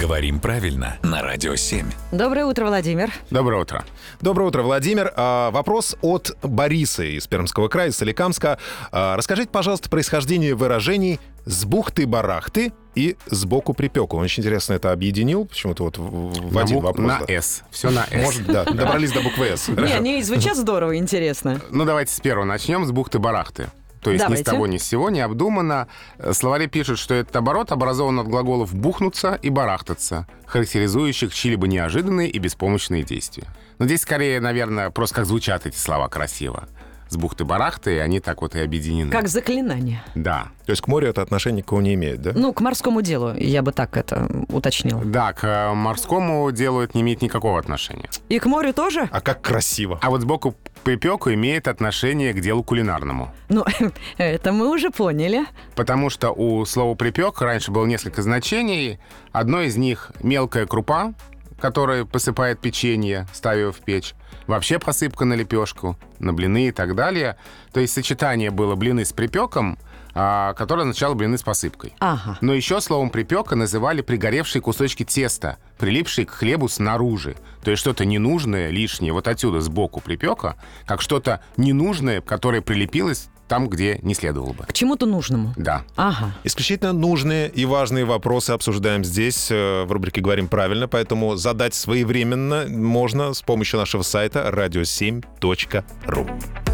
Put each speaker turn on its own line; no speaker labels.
Говорим правильно на Радио 7.
Доброе утро, Владимир.
Доброе утро.
Доброе утро, Владимир. А, Вопрос от Бориса из Пермского края, из Соликамска. А, Расскажите, пожалуйста, происхождение выражений «с бухты-барахты» и «сбоку припеку». Он очень интересно это объединил, почему-то вот в- в в
На
один
букв-
вопрос.
на
да.
«С». Все на «С».
Может, да, добрались до буквы «С».
Не, они звучат здорово, интересно.
Ну, давайте с первого начнем, с бухты-барахты. То есть ни
Давайте.
с того, ни с сего, необдуманно. Э, Словари пишут, что этот оборот образован от глаголов «бухнуться» и «барахтаться», характеризующих чьи-либо неожиданные и беспомощные действия. Но здесь скорее, наверное, просто как звучат эти слова красиво. С бухты-барахты, и они так вот и объединены.
Как заклинание.
Да.
То есть к морю это отношение никакого не имеет, да?
Ну, к морскому делу я бы так это уточнила.
Да, к э, морскому делу это не имеет никакого отношения.
И к морю тоже?
А как красиво.
А вот сбоку припеку имеет отношение к делу кулинарному.
Ну, это мы уже поняли.
Потому что у слова «припек» раньше было несколько значений. Одно из них — мелкая крупа, которая посыпает печенье, ставя его в печь. Вообще посыпка на лепешку, на блины и так далее. То есть сочетание было блины с припеком, а, которое означало блины с посыпкой.
Ага.
Но еще словом «припека» называли пригоревшие кусочки теста, прилипшие к хлебу снаружи. То есть что-то ненужное, лишнее, вот отсюда, сбоку припека, как что-то ненужное, которое прилепилось там, где не следовало бы.
К чему-то нужному.
Да.
Ага.
Исключительно нужные и важные вопросы обсуждаем здесь, э, в рубрике «Говорим правильно», поэтому задать своевременно можно с помощью нашего сайта radio7.ru.